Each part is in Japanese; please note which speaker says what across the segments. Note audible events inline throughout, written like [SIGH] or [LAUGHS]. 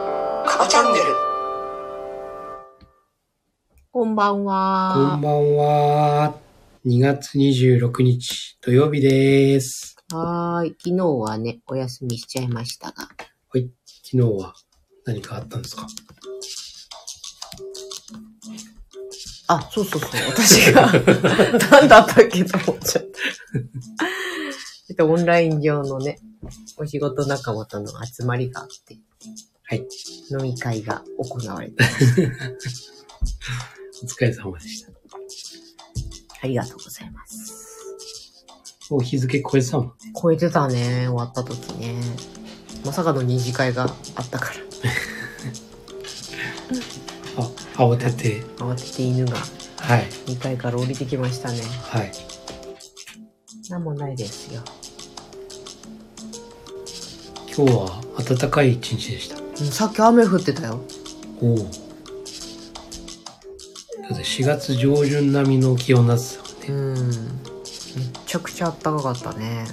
Speaker 1: ャンネル
Speaker 2: こんばん
Speaker 3: こん
Speaker 2: は。
Speaker 3: ばんは。2月26日土曜日です。
Speaker 2: はーい。昨日はね、お休みしちゃいましたが。
Speaker 3: はい。昨日は何かあったんですか
Speaker 2: あ、そうそうそう。私が、 [LAUGHS] なんだったっけと思っちゃった。 [LAUGHS] えっと、オンライン上のね、お仕事仲間との集まりがあって、
Speaker 3: はい。
Speaker 2: 飲み会が行われた。
Speaker 3: お疲れ様でした。
Speaker 2: ありがとうございます。
Speaker 3: もう日付超えてたもん。
Speaker 2: 超えてたね、終わった時ね。まさかの二次会があったから。
Speaker 3: あ、慌てて。
Speaker 2: 慌てて犬が
Speaker 3: はい。
Speaker 2: 2階から降りてきましたね。
Speaker 3: はい。
Speaker 2: なんもないですよ。
Speaker 3: 今日は暖かい一日でした。
Speaker 2: うんさっき雨降ってたよ。
Speaker 3: おお。だって4月上旬並みの気温になってたもんね。
Speaker 2: うん。めちゃくちゃあったかかったね。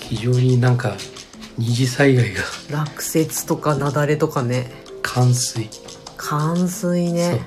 Speaker 3: 非常になんか二次災害が
Speaker 2: 落雪とか雪崩とかね。
Speaker 3: 冠水。
Speaker 2: 冠水
Speaker 3: そう
Speaker 2: ね。。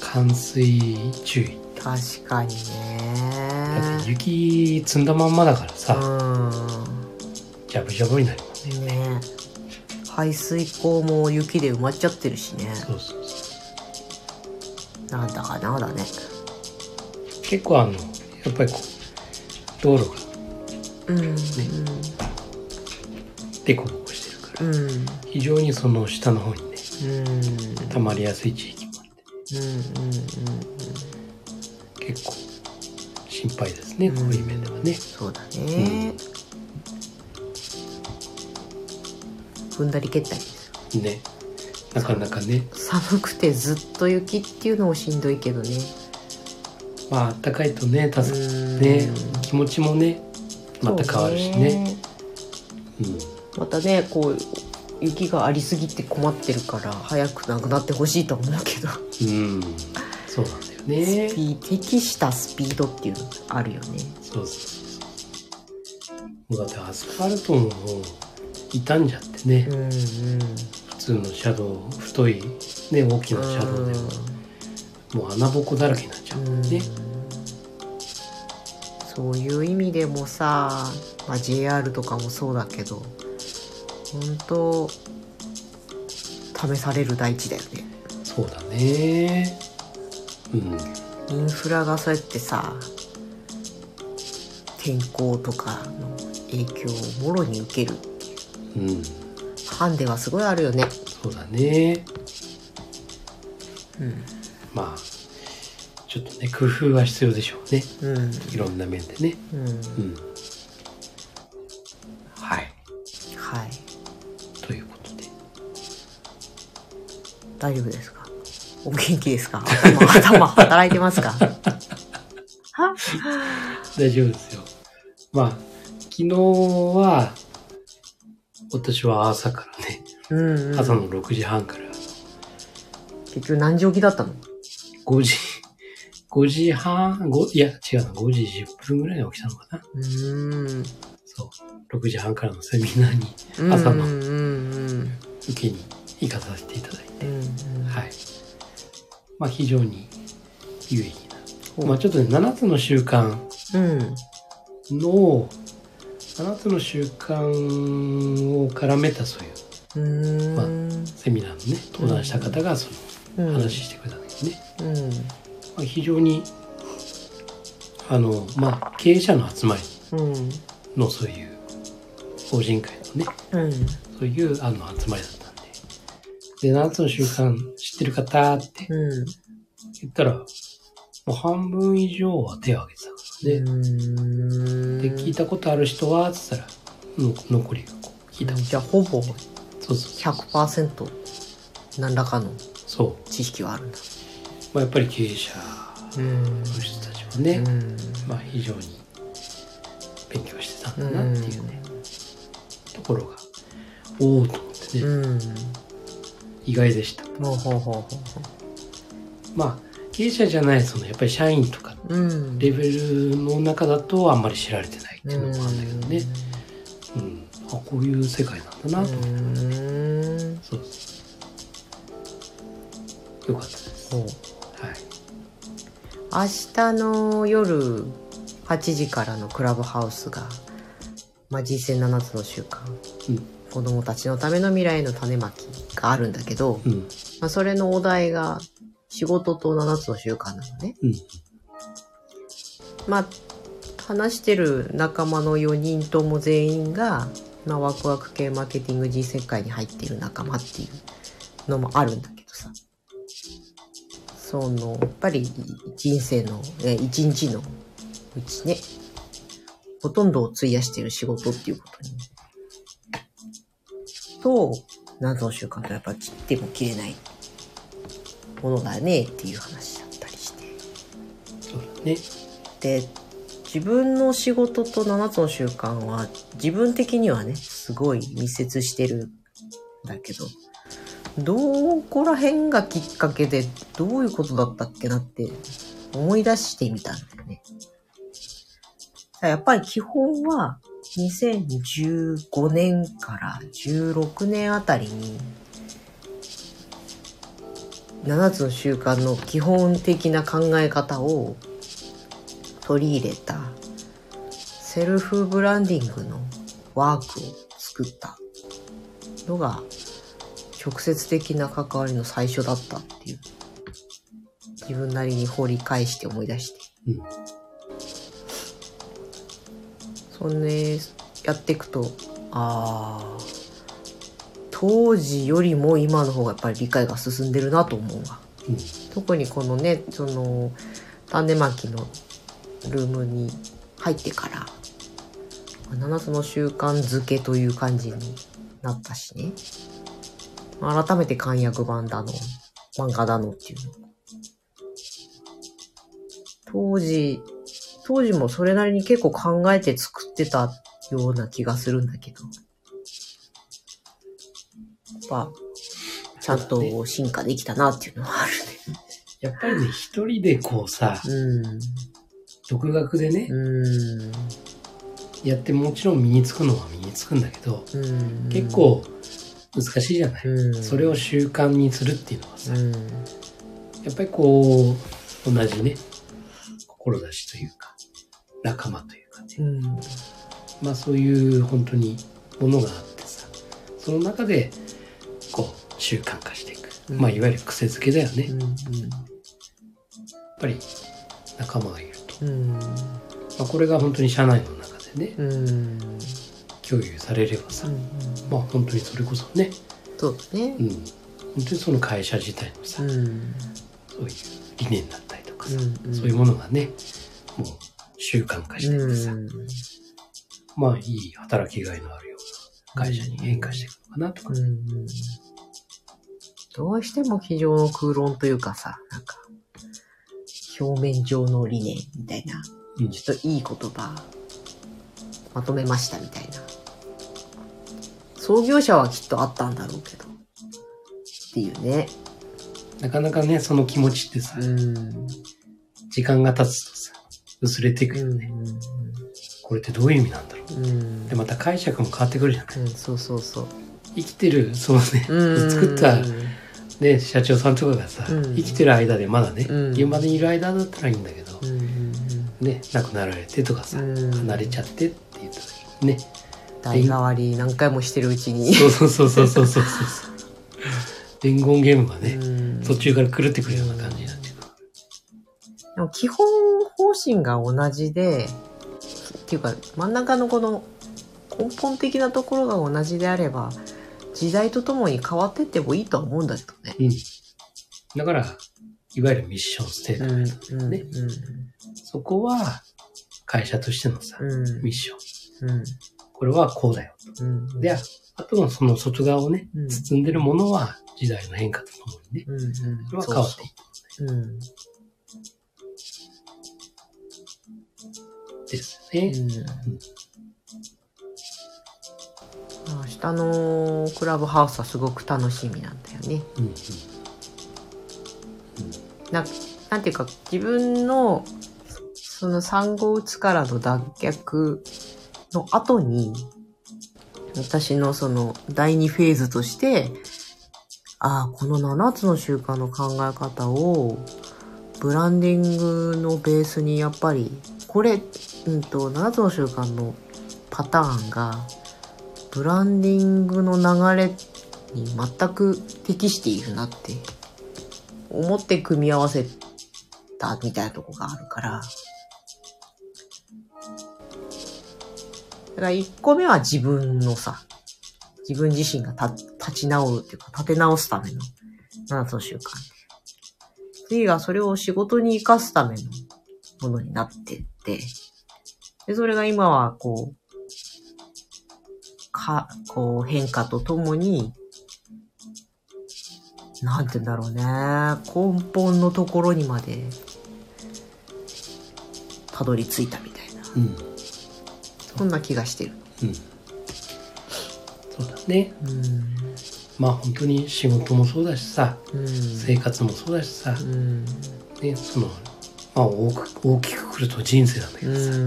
Speaker 3: 冠水注意。
Speaker 2: 確かに
Speaker 3: だって
Speaker 2: ね。
Speaker 3: 雪積んだまんまだからさ、
Speaker 2: う
Speaker 3: ジャブジャブになりますね。
Speaker 2: ん。ね排水溝も雪で埋まっちゃってるしね。
Speaker 3: そうそうそう。
Speaker 2: なんだかなだね。
Speaker 3: 結構あの、やっぱりこう、道路が
Speaker 2: うん。うん
Speaker 3: デコボコしてるから、
Speaker 2: うん。うん。
Speaker 3: 非常にその下の方にね、溜まりやすい地域もあっ
Speaker 2: うん。うん。
Speaker 3: て、結構心配ですね、こういう面ではね。
Speaker 2: そうだね、踏んだり蹴ったり
Speaker 3: ね。なかなかね、
Speaker 2: 寒くてずっと雪っていうのもしんどいけどね
Speaker 3: まあ、暖かいとね、
Speaker 2: う
Speaker 3: 助
Speaker 2: ん
Speaker 3: ね、気持ちもね、また変わるしね。
Speaker 2: そう
Speaker 3: うん。
Speaker 2: またねこう雪がありすぎて困ってるから早くなくなってほしいと思うけど、
Speaker 3: うん。そうなんだよね。
Speaker 2: スピ適したスピードっていうのがあるよね
Speaker 3: そうそうそうそう。もうだってアスファルトももう傷んじゃってね、
Speaker 2: うんうん
Speaker 3: 普通の車道、太い、ね、大きな車道でも、もう穴ぼこだらけになっちゃうもんね。
Speaker 2: そういう意味でもさ、まあ、JR とかもそうだけど本当試される大地だよね
Speaker 3: そうだね。うん。
Speaker 2: インフラがそうやってさ天候とかの影響をもろに受ける
Speaker 3: うん。
Speaker 2: ハンデはすごいあるよね
Speaker 3: そうだね。
Speaker 2: うん、
Speaker 3: まあ、ちょっとね、工夫は必要でしょうね。
Speaker 2: うん
Speaker 3: いろんな面でね。
Speaker 2: うん、
Speaker 3: うん。はい。
Speaker 2: はい
Speaker 3: ということで。
Speaker 2: 大丈夫ですかお元気ですか頭頭働いてますかは
Speaker 3: 大丈夫ですよ。まあ、昨日は、私は朝からね、
Speaker 2: うん、うん、
Speaker 3: 朝の6時半から
Speaker 2: 結局何時起きだったの
Speaker 3: 5時、5時半、5、いや、違うな、5時10分ぐらいに起きたのかな。
Speaker 2: うーん
Speaker 3: そう。6時半からのセミナーに朝の
Speaker 2: うんうんうん
Speaker 3: 受けに行かさせていただいて、
Speaker 2: うんうん
Speaker 3: はい。まあ、非常に有意義
Speaker 2: ほう
Speaker 3: な。まあ、ちょっとね、7つの習慣
Speaker 2: うん
Speaker 3: の、7つの習慣を絡めたそういう
Speaker 2: うーん
Speaker 3: セミナーのね、登壇した方がそ
Speaker 2: うん
Speaker 3: の話してくれたんですね。
Speaker 2: うん
Speaker 3: まあ、非常に、あの、まあ、経営者の集まり
Speaker 2: うん
Speaker 3: のそういう法人会のね
Speaker 2: うん
Speaker 3: そういうあの集まりだったんでで7つの習慣知ってる方って
Speaker 2: うん
Speaker 3: 言ったらもう半分以上は手を挙げてたからね、
Speaker 2: う
Speaker 3: で聞いたことある人はって言ったらの残りがこう聞いた
Speaker 2: ーん
Speaker 3: こ
Speaker 2: じゃあほぼ
Speaker 3: とそうそう
Speaker 2: 100%何らかの
Speaker 3: そう、
Speaker 2: 知識はあるんだ
Speaker 3: まあ、やっぱり経営者
Speaker 2: うん
Speaker 3: の人たちはね、
Speaker 2: うん
Speaker 3: まあ非常に勉強してたんだなっていうね、ところがおおと思ってね、
Speaker 2: うん
Speaker 3: 意外でした
Speaker 2: ほうほうほうほ
Speaker 3: まあ経営者じゃないそのやっぱり社員とか
Speaker 2: ううん
Speaker 3: レベルの中だとあんまり知られてないっていうのもあるんだけどね、うんあこういう世界なんだな、
Speaker 2: うん
Speaker 3: そうそう良かったです。
Speaker 2: そう
Speaker 3: はい。
Speaker 2: 明日の夜8時からのクラブハウスが、まあ、人生7つの習慣、
Speaker 3: うん
Speaker 2: 子供たちのための未来の種まきがあるんだけど、
Speaker 3: うん。
Speaker 2: まあ、それのお題が仕事と7つの習慣なのね。
Speaker 3: うん
Speaker 2: まあ話してる仲間の4人とも全員が、まあ、ワクワク系マーケティング人生界に入っている仲間っていうのもあるんだけどさそのやっぱり人生のえ一日のうちねほとんどを費やしている仕事っていうことにと謎の習慣とやっぱ切っても切れないものだねっていう話だったりして
Speaker 3: そうだね。
Speaker 2: で自分の仕事と7つの習慣は自分的にはねすごい密接してるんだけどどこら辺がきっかけでどういうことだったっけなって思い出してみたんだよね。やっぱり基本は2015年から16年あたりに7つの習慣の基本的な考え方を取り入れたセルフブランディングのワークを作ったのが直接的な関わりの最初だったっていう自分なりに掘り返して思い出して
Speaker 3: うん。
Speaker 2: そんでやっていくとああ当時よりも今の方がやっぱり理解が進んでるなと思うわ。
Speaker 3: うん。
Speaker 2: 特にこのねその種まきのルームに入ってから7つの習慣づけという感じになったしね改めて簡約版だの漫画だのっていうの当時当時もそれなりに結構考えて作ってたような気がするんだけどやっぱちゃんと進化できたなっていうのはあるね。
Speaker 3: やっぱりね、一人でこうさ、
Speaker 2: うん。
Speaker 3: 独学でね、
Speaker 2: うん。
Speaker 3: やってもちろん身につくのは身につくんだけど、
Speaker 2: うん
Speaker 3: 結、構難しいじゃない、
Speaker 2: うん、
Speaker 3: それを、習慣にするっていうのはさ、
Speaker 2: うん。
Speaker 3: やっぱりこう、同じね、志というか、仲間というかね、
Speaker 2: うん。
Speaker 3: まあそういう本当にものがあってさ、その中で、こう、習慣化していく。
Speaker 2: うん
Speaker 3: まあいわゆる癖づけだよね。
Speaker 2: う
Speaker 3: やっ
Speaker 2: ん。
Speaker 3: ぱり仲間がいると。
Speaker 2: うん。
Speaker 3: まあこれが本当に社内の中でね、
Speaker 2: うん。
Speaker 3: 共有されればさ、まあ本当にそれこそね、
Speaker 2: そうだね
Speaker 3: う。ん、本当にその会社自体のさ、
Speaker 2: うん。
Speaker 3: そういう理念だったりとかさ、
Speaker 2: うん
Speaker 3: そういうものがねもう習慣化していってさ、
Speaker 2: うん
Speaker 3: まあいい働きがいのあるような会社に変化していくのかなとか、
Speaker 2: うん。どうしても机上の空論というかさ、なんか、表面上の理念みたいな、
Speaker 3: うん
Speaker 2: ちょっといい言葉、まとめましたみたいな。創業者はきっとあったんだろうけど。っていうね。
Speaker 3: なかなかねその気持ちってさ、
Speaker 2: うん。
Speaker 3: 時間が経つとさ薄れていくよ
Speaker 2: うん
Speaker 3: ね、これってどういう意味なんだろう
Speaker 2: うん
Speaker 3: でまた解釈も変わってくるじゃない
Speaker 2: うん、そうそうそう。
Speaker 3: 生きてるそのね、
Speaker 2: うん
Speaker 3: 作った、ね、社長さんとかがさ、
Speaker 2: うん
Speaker 3: 生きてる間でまだね、
Speaker 2: うん
Speaker 3: 現場にいる間だったらいいんだけど、
Speaker 2: うん
Speaker 3: ね亡くなられてとかさ、
Speaker 2: うん
Speaker 3: 離れちゃってって言った時にね
Speaker 2: 代替わり何回もしてるうちに。
Speaker 3: そうそうそうそうそうそうそう。伝言ゲームがね、
Speaker 2: うん
Speaker 3: 途中から狂ってくるような感じになってくる。
Speaker 2: でも基本方針が同じで、っていうか真ん中のこの根本的なところが同じであれば、時代とともに変わってってもいいとは思うんだけどね。
Speaker 3: うん。だから、いわゆるミッションステート、
Speaker 2: うん。
Speaker 3: ねそこは、会社としてのさ、
Speaker 2: うん。うん
Speaker 3: ミッション。
Speaker 2: うん。
Speaker 3: これはこうだよ。
Speaker 2: うん。
Speaker 3: で、あとのその外側をね、
Speaker 2: うん
Speaker 3: 包んでるものは時代の変化とともにね、
Speaker 2: うんうん、
Speaker 3: それは変わってい
Speaker 2: う
Speaker 3: く
Speaker 2: ん。
Speaker 3: んですよね。
Speaker 2: 明日のクラブハウスはすごく楽しみなんだよね。
Speaker 3: うん。うん
Speaker 2: ななんていうか自分のその産後うつからの脱却の後に私のその第二フェーズとしてああ、この7つの習慣の考え方を、ブランディングのベースにやっぱり、これ、うんと、7つの習慣のパターンが、ブランディングの流れに全く適しているなって、思って組み合わせたみたいなとこがあるから、だから1個目は自分のさ、自分自身がた立ち直るっていうか、立て直すための7つの習慣。次がそれを仕事に活かすためのものになってって、で、それが今はこう、か、こう変化とともに、なんて言うんだろうね、根本のところにまで、たどり着いたみたいな、
Speaker 3: うん、
Speaker 2: そんな気がしてる。
Speaker 3: うん、そうだね
Speaker 2: う
Speaker 3: まあ本当に仕事もそうだしさ
Speaker 2: ん。うん。
Speaker 3: 生活もそうだしさ、
Speaker 2: うん。
Speaker 3: ねそのまあ大く大きくくると人生なんだけ
Speaker 2: う
Speaker 3: どさ、
Speaker 2: ん。
Speaker 3: もう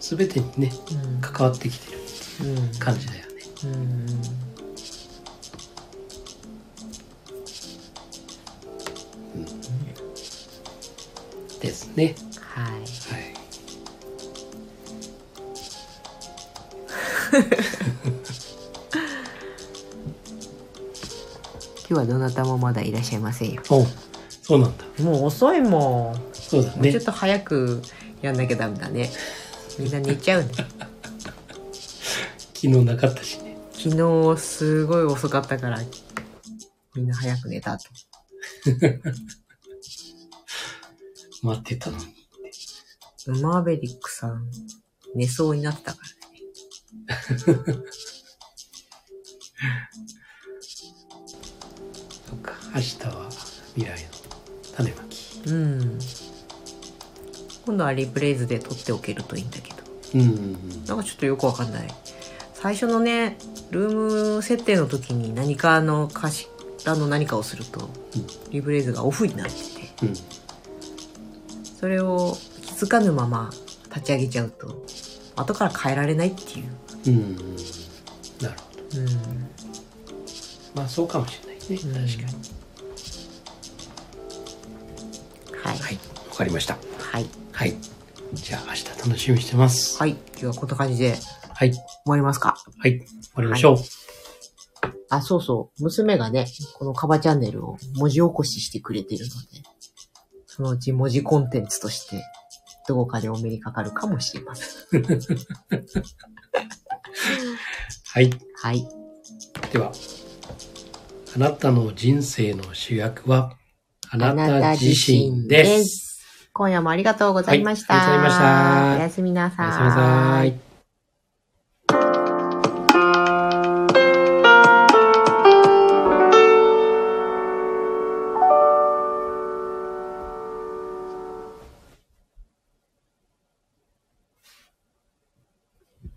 Speaker 3: 全てにね
Speaker 2: うん
Speaker 3: 関わってきてる
Speaker 2: うん
Speaker 3: 感じだよね
Speaker 2: うん
Speaker 3: ですね
Speaker 2: はい。
Speaker 3: はい
Speaker 2: 今日はどなたもまだいらっしゃいませんよ。
Speaker 3: おそうなんだ
Speaker 2: もう遅いもん。
Speaker 3: そうだ
Speaker 2: もうち
Speaker 3: ね
Speaker 2: ょっと早くやんなきゃダメだね。みんな寝ちゃうね。
Speaker 3: 昨日なかったしね
Speaker 2: 昨日すごい遅かったから、みんな早く寝たと。
Speaker 3: 待ってたのに
Speaker 2: マーベリックさん、寝そうになってたから。
Speaker 3: そっか明日は未来の種まき
Speaker 2: うん。今度はリプレイズで撮っておけるといいんだけど。
Speaker 3: うんうんうん
Speaker 2: なんかちょっとよくわかんない。最初のね、ルーム設定の時に何かの貸し、あの何かをすると、リブレイズがオフになってて、
Speaker 3: うん
Speaker 2: それを気づかぬまま立ち上げちゃうと、後から変えられないっていう。
Speaker 3: うんうんうんなるほど
Speaker 2: うん。
Speaker 3: まあそうかもしれないね
Speaker 2: う
Speaker 3: 確
Speaker 2: ん
Speaker 3: かに
Speaker 2: はい。
Speaker 3: はいわかりました
Speaker 2: はい。
Speaker 3: はいじゃあ明日楽しみにしてます
Speaker 2: はい。今日はこんな感じで終
Speaker 3: はい
Speaker 2: わりますか。
Speaker 3: はい終わりましょう
Speaker 2: あ、そうそう。娘がね、このカバチャンネルを文字起こししてくれてるので、そのうち文字コンテンツとして、どこかでお目にかかるかもしれません。
Speaker 3: はい
Speaker 2: はい。
Speaker 3: ではあなたの人生の主役はあなた自身です
Speaker 2: 今夜もありがとうございました。
Speaker 3: はいありがとうございました
Speaker 2: おやすみなさ
Speaker 3: おやすみなさい